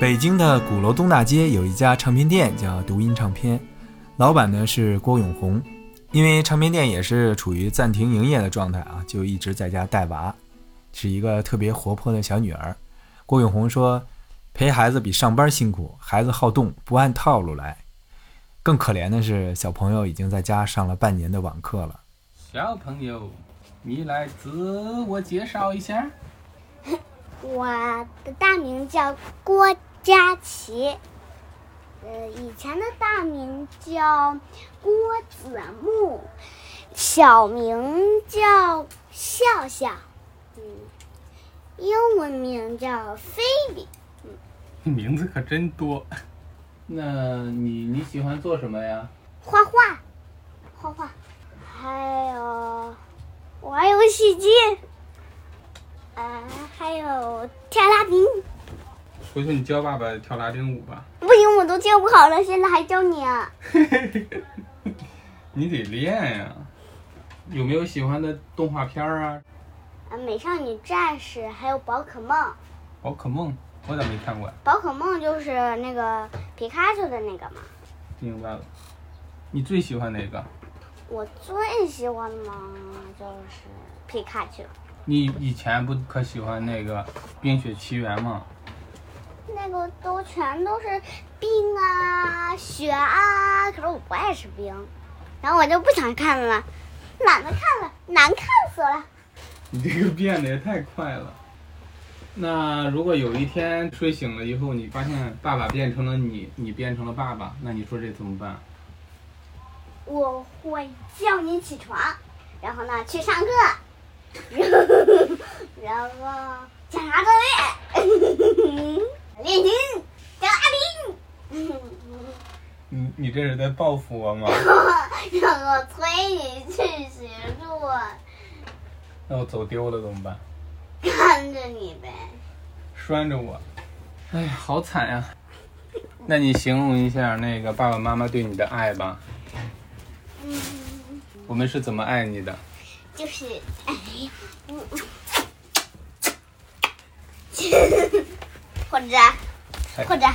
A: 北京的鼓楼东大街有一家唱片店叫读音唱片，老板呢是郭永红。因为唱片店也是处于暂停营业的状态啊，就一直在家带娃，是一个特别活泼的小女儿。郭永红说，陪孩子比上班辛苦，孩子好动，不按套路来。更可怜的是，小朋友已经在家上了半年的网课了。
P: 小朋友，你来自我介绍一下。
D: 我的大名叫郭佳琪，呃，以前的大名叫郭子木，小名叫笑笑，嗯，英文名叫菲比。
P: 名字可真多。那你你喜欢做什么呀？
D: 画画，画画，还有玩游戏机，呃，还有跳拉丁。
P: 回头你教爸爸跳拉丁舞吧，
D: 不行，我都教不好了，现在还教你啊？
P: 你得练呀、有没有喜欢的动画片儿啊？
D: 呃美少女战士还有宝可梦，
P: 宝可梦，我咋没看过呀？
D: 宝可梦就是那个皮卡丘的那个嘛。
P: 明白了。你最喜欢哪个？
D: 我最喜欢嘛就是皮卡丘，
P: 你以前不可喜欢那个《冰雪奇缘》吗？
D: 那个都全都是冰啊、雪啊，可是我不爱吃冰，然后我就不想看了，懒得看了，难看死了。
P: 你这个变得也太快了。那如果有一天睡醒了以后，你发现爸爸变成了你，你变成了爸爸，那你说这怎么办？
D: 我会叫你起床，然后呢去上课， 然后检查作业，练琴，教拉丁，
P: 你你这是在报复我 吗？
D: 然后催你去学术，
P: 那我走丢了怎么办？
D: 看着你呗。
P: 拴着我，哎呀，好惨呀、那你形容一下那个爸爸妈妈对你的爱吧？
D: 嗯，
P: 我们是怎么爱你的？
D: 就是哎呀，嗯，或者
P: 哎
D: 或者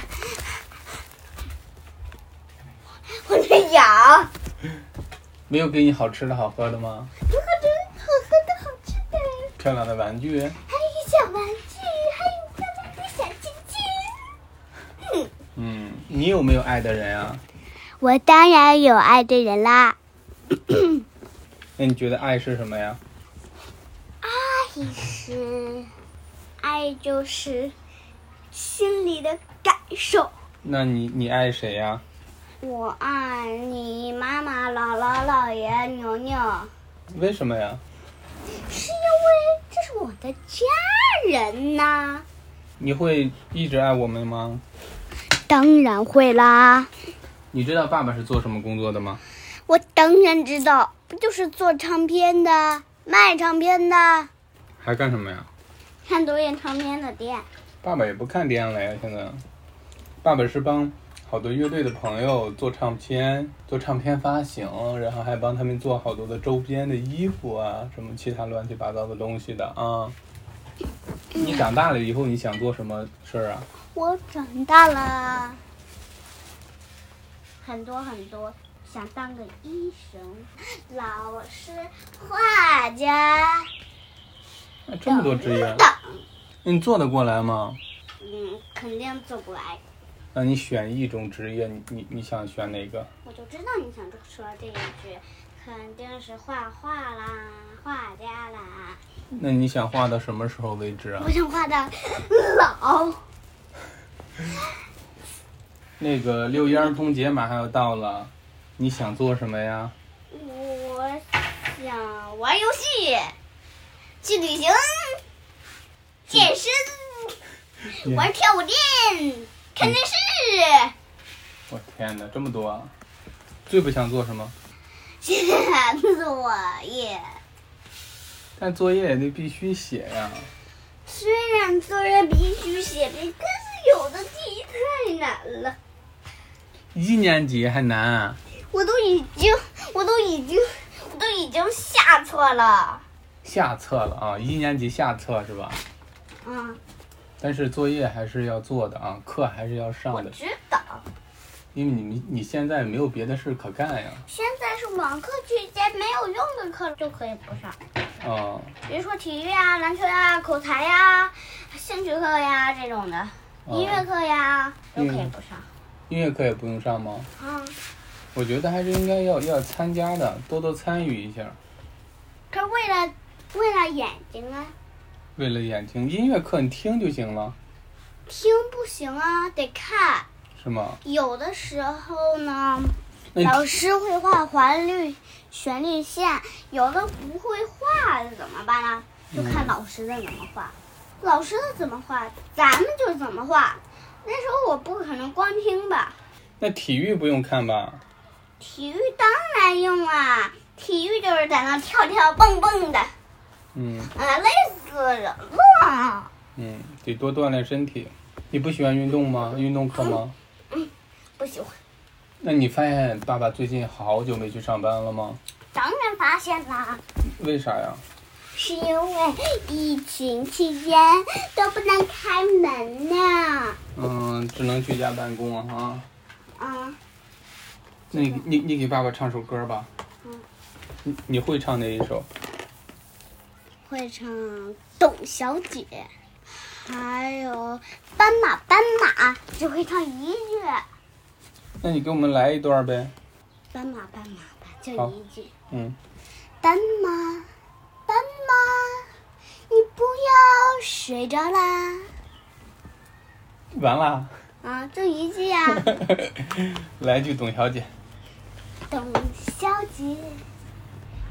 D: 或者咬。
P: 没有给你好吃的好喝的吗？
D: 好的，好喝的好吃的，
P: 漂亮的玩具？
D: 还有小玩具，还有漂亮的小亲亲。
P: 嗯，你有没有爱的人啊？
D: 我当然有爱的人啦。
P: 那你觉得爱是什么呀？
D: 爱是，爱就是心里的感受。
P: 那你你爱谁呀？
D: 我爱你，妈妈、姥姥、姥爷、牛牛，
P: 为什么呀？
D: 是因为这是我的家人呐、
P: 你会一直爱我们吗？
D: 当然会啦，
P: 你知道爸爸是做什么工作的吗？
D: 我当然知道，不就是做唱片的、卖唱片的、
P: 还干什么呀？
D: 看多演唱片的店。
P: 爸爸也不看电了呀，现在，爸爸是帮好多乐队的朋友做唱片，做唱片发行，然后还帮他们做好多的周边的衣服啊，什么其他乱七八糟的东西的啊。你长大了以后，你想做什么事儿啊？
D: 我长大了，很多很多，想当个医生、老师、画家。
P: 哎这么多职业，那你做得过来吗？
D: 嗯，肯定做不来。
P: 那你选一种职业，你你你想选哪个？
D: 我就知道你想说这一句，肯定是画画啦，画家啦。
P: 那你想画到什么时候为止啊
D: 我？想画的老，
P: 那个六一儿童节马上要到了，你想做什么呀？
D: 我想玩游戏，去旅行，健身，玩跳舞店，看电视。
P: 我天哪，这么多啊！最不想做什么？
D: 写作业。
P: 但作业也得必须写呀。
D: 虽然作业必须写对，但是有的题太难了，
P: 一年级还难啊、
D: 我都已经，我都已经，我都已经下错了。
P: 下册了啊！一年级下册是吧？
D: 嗯，
P: 但是作业还是要做的啊，课还是要上的，
D: 知道。
P: 因为你们你现在没有别的事可干呀。
D: 现在是网课期间，没有用的课就可以不上，
P: 啊、
D: 比如说体育啊、篮球啊、口才呀、兴趣课呀这种的，
P: 哦
D: 音乐课呀都可以不上。
P: 音乐课也不用上吗？
D: 嗯，
P: 我觉得还是应该要要参加的，多多参与一下。
D: 可是为了为了眼睛啊，
P: 为了眼睛，音乐课你听就行了，
D: 听不行啊，得看。
P: 是吗？
D: 有的时候呢，
P: 那你
D: 老师会画环律、旋律线，有的不会画的怎么办呢？就看
P: 嗯
D: 老师的怎么画，老师的怎么画，咱们就怎么画。那时候我不可能光听吧，
P: 那体育不用看吧？
D: 体育当然用啦、体育就是在那跳跳蹦蹦的，
P: 嗯
D: 啊，累死人了。
P: 嗯，得多锻炼身体。你不喜欢运动吗？运动课吗？
D: 嗯，不喜欢，
P: 那你发现爸爸最近好久没去上班了吗？
D: 当然发现啦。
P: 为啥呀？
D: 是因为疫情期间都不能开门呢。
P: 嗯，只能居家办公啊啊。
D: 啊，
P: 那你你你给爸爸唱首歌吧。
D: 嗯
P: 你你会唱哪一首？
Q: 会唱《董小姐》，还有《斑马斑马》，只会唱一句《
P: 那你给我们来一段呗。
Q: 斑马斑马》吧，就
P: 好
Q: 一句。
P: 嗯，
Q: 斑马，斑马，你不要睡着啦！
P: 完啦，
Q: 啊，就一句呀、 啊。
P: 来一句董小姐。
Q: 董小姐，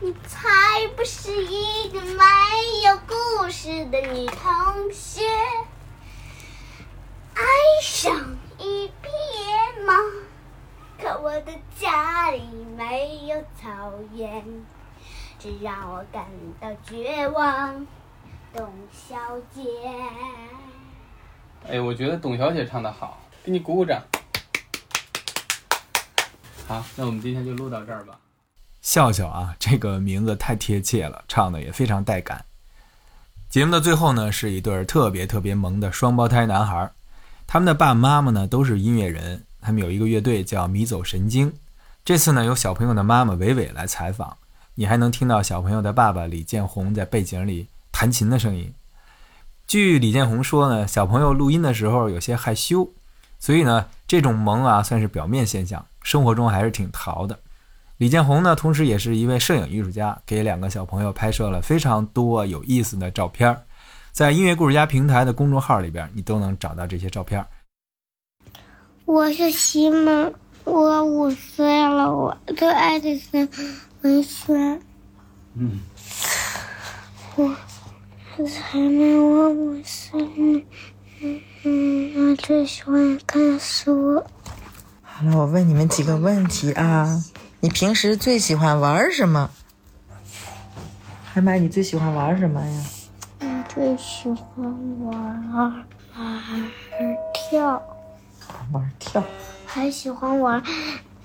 Q: 你才不是一个没有故事的女同学。爱上一匹野马，可我的家里没有草原，这让我感到绝望。董小姐，
P: 哎，我觉得董小姐唱的好，给你鼓鼓掌。好，那我们今天就录到这儿吧。
A: 笑笑啊，这个名字太贴切了，唱的也非常带感。节目的最后呢，是一对儿特别特别萌的双胞胎男孩儿，他们的爸爸妈妈呢都是音乐人，他们有一个乐队叫迷走神经。这次呢，由小朋友的妈妈伟伟来采访，你还能听到小朋友的爸爸李建宏在背景里弹琴的声音。据李建宏说呢，小朋友录音的时候有些害羞，所以呢，这种萌啊算是表面现象，生活中还是挺淘的。李建宏呢，同时也是一位摄影艺术家，给两个小朋友拍摄了非常多有意思的照片儿。在音乐故事家平台的公众号里边，你都能找到这些照片儿。
D: 我是西蒙，我五岁了，我最爱的是文轩。
P: 嗯，
D: 我还没我五岁呢，嗯嗯，我最喜欢看书。
R: 好了，我问你们几个问题啊。你平时最喜欢玩什么？海马，你最喜欢玩什么呀？
D: 我最喜欢玩儿玩跳，
R: 玩跳。
D: 还喜欢玩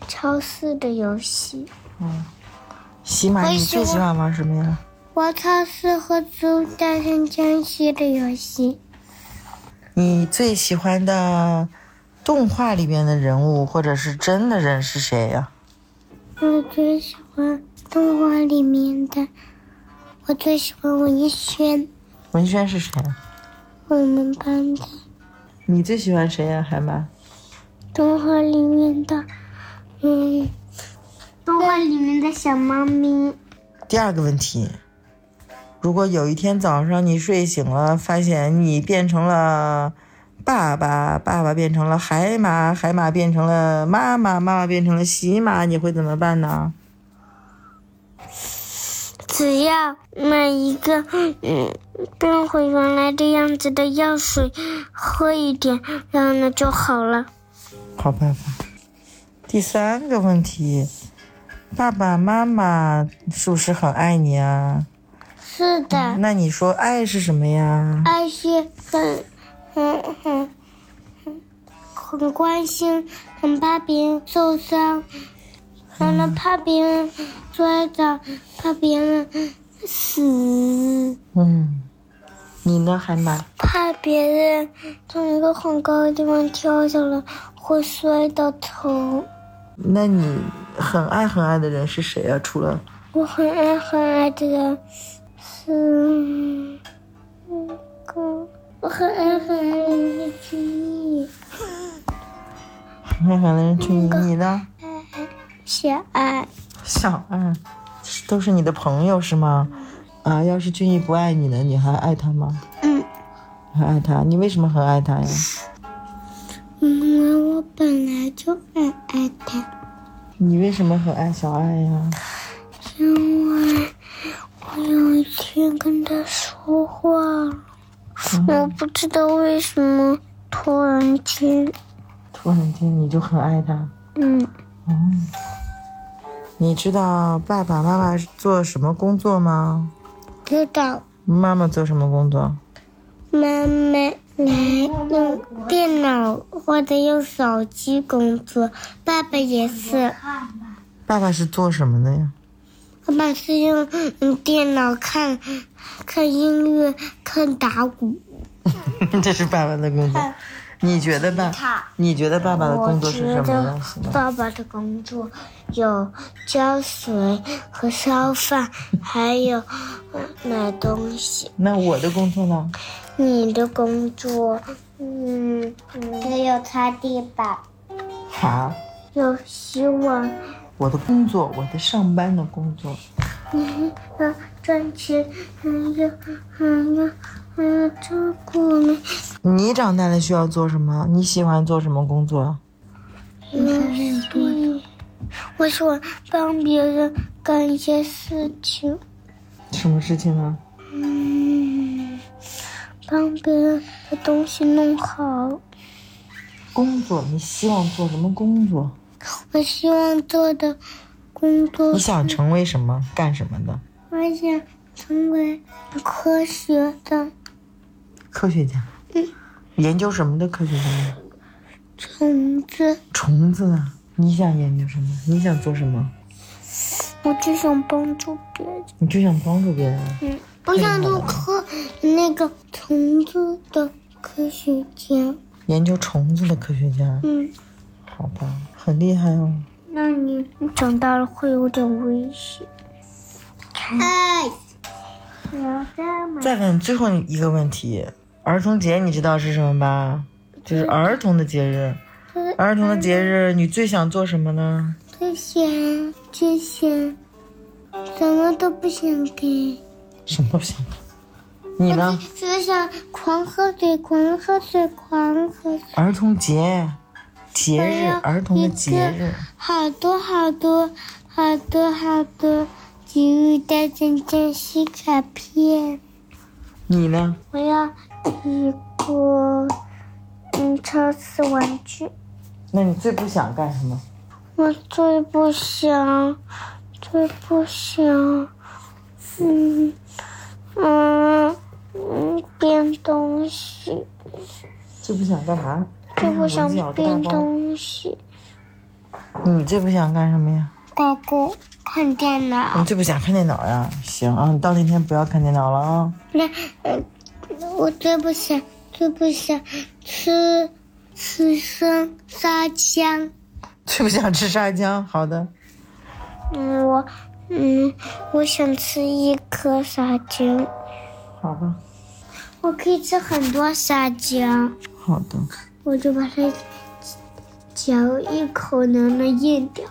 D: 超市的游戏。
R: 嗯，喜马，
D: 我
R: 你
D: 喜欢
R: 最喜欢玩什么呀？
D: 玩超市和猪战胜僵尸的游戏。
R: 你最喜欢的动画里边的人物或者是真的人是谁呀？
D: 我最喜欢动画里面的，我最喜欢文轩，
R: 文轩是谁？啊
D: 我们班的
R: 你最喜欢谁呀，海马？
D: 动画里面的，嗯，动画里面的小猫咪。
R: 第二个问题，如果有一天早上你睡醒了，发现你变成了爸爸，爸爸变成了海马，海马变成了妈妈，妈妈变成了喜马，你会怎么办呢？
D: 只要买一个，嗯，变回原来的样子的药水，喝一点，然后呢就好了。
R: 好办法。第三个问题，爸爸妈妈是不是很爱你啊？
D: 是的。
R: 那你说爱是什么呀？
D: 爱是很很很很关心，很怕别人受伤，然后呢怕别人摔倒，怕别人死，
R: 嗯，你呢，海马？
D: 怕别人从一个很高的地方跳下来会摔到头。
R: 那你很爱很爱的人是谁啊？除了
D: 我很爱很爱的人是嗯那个，我很爱很爱的人是之一。
R: 很爱很爱的人是你，你呢？
D: 小爱，
R: 小爱，都是你的朋友是吗？啊，要是俊逸不爱你了，你还爱他吗？
D: 嗯，
R: 还爱他？你为什么很爱他呀？
D: 因为我本来就爱爱他，
R: 你为什么很爱小爱呀？
D: 因为我有一天跟他说话了，我不知道为什么突然间，
R: 突然间你就很爱他？
D: 嗯，
R: 哦，你知道爸爸妈妈做什么工作吗？
D: 知道
R: 妈妈做什么工作？
D: 妈妈来用电脑或者用手机工作，爸爸也是，
R: 爸爸是做什么的呀？
D: 爸爸是用嗯电脑看看音乐、看打鼓。
R: 这是爸爸的工作。你觉得爸
D: 呃吉他？
R: 你觉得爸爸的工作是什么
D: 我
R: 呢？
D: 觉得爸爸的工作有浇水和烧饭，还有呃买东西。
R: 那我的工作呢？
D: 你的工作，嗯，还有擦地板，
R: 好，
D: 有洗碗，
R: 我的工作，我的上班的工作，
D: 嗯，要赚钱，还要还要还要照顾你。
R: 你长大了需要做什么？你喜欢做什么工作？
D: 嗯，我喜欢帮别人干一些事情，
R: 什么事情呢？
D: 嗯，帮别人把东西弄好。
R: 工作，你希望做什么工作？
D: 我希望做的工作，
R: 你想成为什么？干什么的？
D: 我想成为科学的，
R: 科学家。
D: 嗯，
R: 研究什么的科学家呢？
D: 虫子。
R: 虫子啊？你想研究什么？你想做什么？
D: 我只想帮助别人。
R: 你就想帮助别人。
D: 嗯，我想做科那个虫子的科学家。
R: 研究虫子的科学家，
D: 嗯，
R: 好吧，很厉害哦。
D: 那你你长大了会有点危险。哎，聊干嘛？
R: 再问最后一个问题：儿童节你知道是什么吧？就是儿童的节日。
D: 嗯
R: 儿童的节日，你最想做什么呢？
D: 最想最想，啊什么都不想干，
R: 什么都不想。你呢？
D: 只想狂喝水，狂喝水，狂喝水。
R: 儿童节，节
D: 还
R: 日，
D: 有
R: 儿童的节
D: 一
R: 日
D: 个。好多好多好多好多节日带针针吸卡片。
R: 你呢？
D: 我要一个嗯超市玩具。
R: 那你最不想干什么？
D: 我最不想，最不想，嗯嗯嗯，变东西，
R: 最不想干嘛？
D: 最不想变
R: 东。
D: 东西。
R: 你最不想干什么呀？
D: 狗狗看电脑
R: 你，最不想看电脑呀？行啊，你到那天不要看电脑了啊。
D: 那呃，我最不想，最不想吃吃生沙姜。
R: 最不想吃沙姜。好的，
D: 嗯，我嗯，我想吃一颗沙姜。
R: 好吧，
D: 我可以吃很多沙姜。
R: 好的。
D: 我就把它嚼一口，能能咽掉。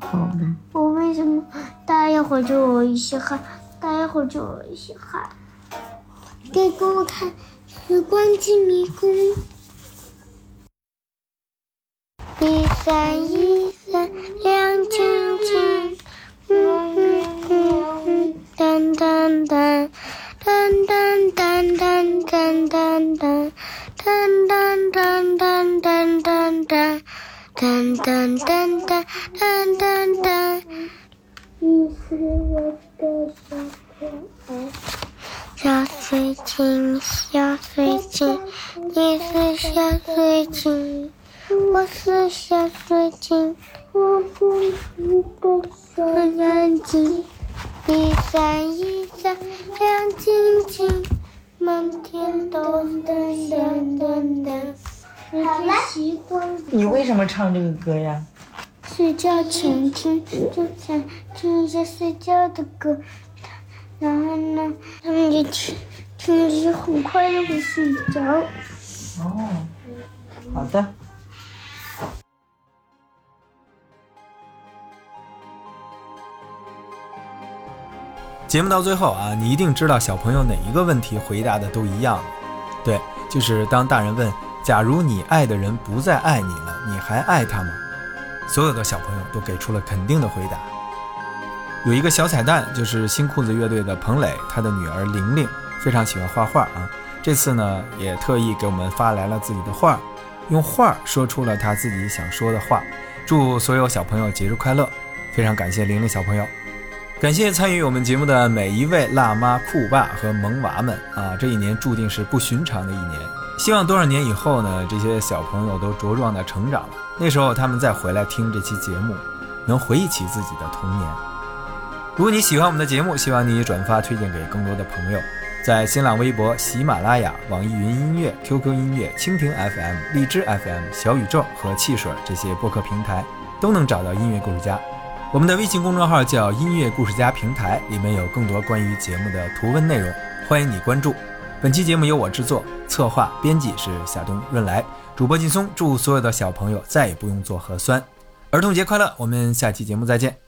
R: 好的，
D: 我为什么大一会儿就有一些汗，大一会儿就有一些汗？给我看时光机迷宫。一闪一闪亮晶晶，嗯嗯嗯，噔噔噔，噔噔噔噔噔噔噔，噔噔噔噔噔噔噔。噔噔噔噔噔噔噔，你是我的小可爱。小水晶，小水晶，你是小水晶，我是小水晶，我是你的小眼睛。一闪一闪亮晶晶，满天都噔噔噔噔。我是时光机。
R: 你为什么唱这个歌呀？
D: 睡觉前听就想听一些睡觉的歌，然后呢，他们就听听着就很快就会睡着。
R: 哦，好的。
A: 节目到最后啊，你一定知道小朋友哪一个问题回答的都一样，对，就是当大人问“假如你爱的人不再爱你了，你还爱他吗？”所有的小朋友都给出了肯定的回答。有一个小彩蛋，就是新裤子乐队的彭磊，他的女儿玲玲非常喜欢画画啊，这次呢也特意给我们发来了自己的画，用画说出了他自己想说的话。祝所有小朋友节日快乐！非常感谢玲玲小朋友。感谢参与我们节目的每一位辣妈、酷爸和萌娃们啊！这一年注定是不寻常的一年，希望多少年以后呢，这些小朋友都茁壮的成长了，那时候他们再回来听这期节目，能回忆起自己的童年。如果你喜欢我们的节目，希望你转发推荐给更多的朋友。在新浪微博、喜马拉雅、网易云音乐、QQ 音乐、蜻蜓 FM、荔枝 FM、小宇宙和汽水这些播客平台都能找到音乐故事家。我们的微信公众号叫“音乐故事家平台”，里面有更多关于节目的图文内容，欢迎你关注。本期节目由我制作，策划、编辑是夏冬润来，主播劲松。祝所有的小朋友再也不用做核酸。儿童节快乐！我们下期节目再见。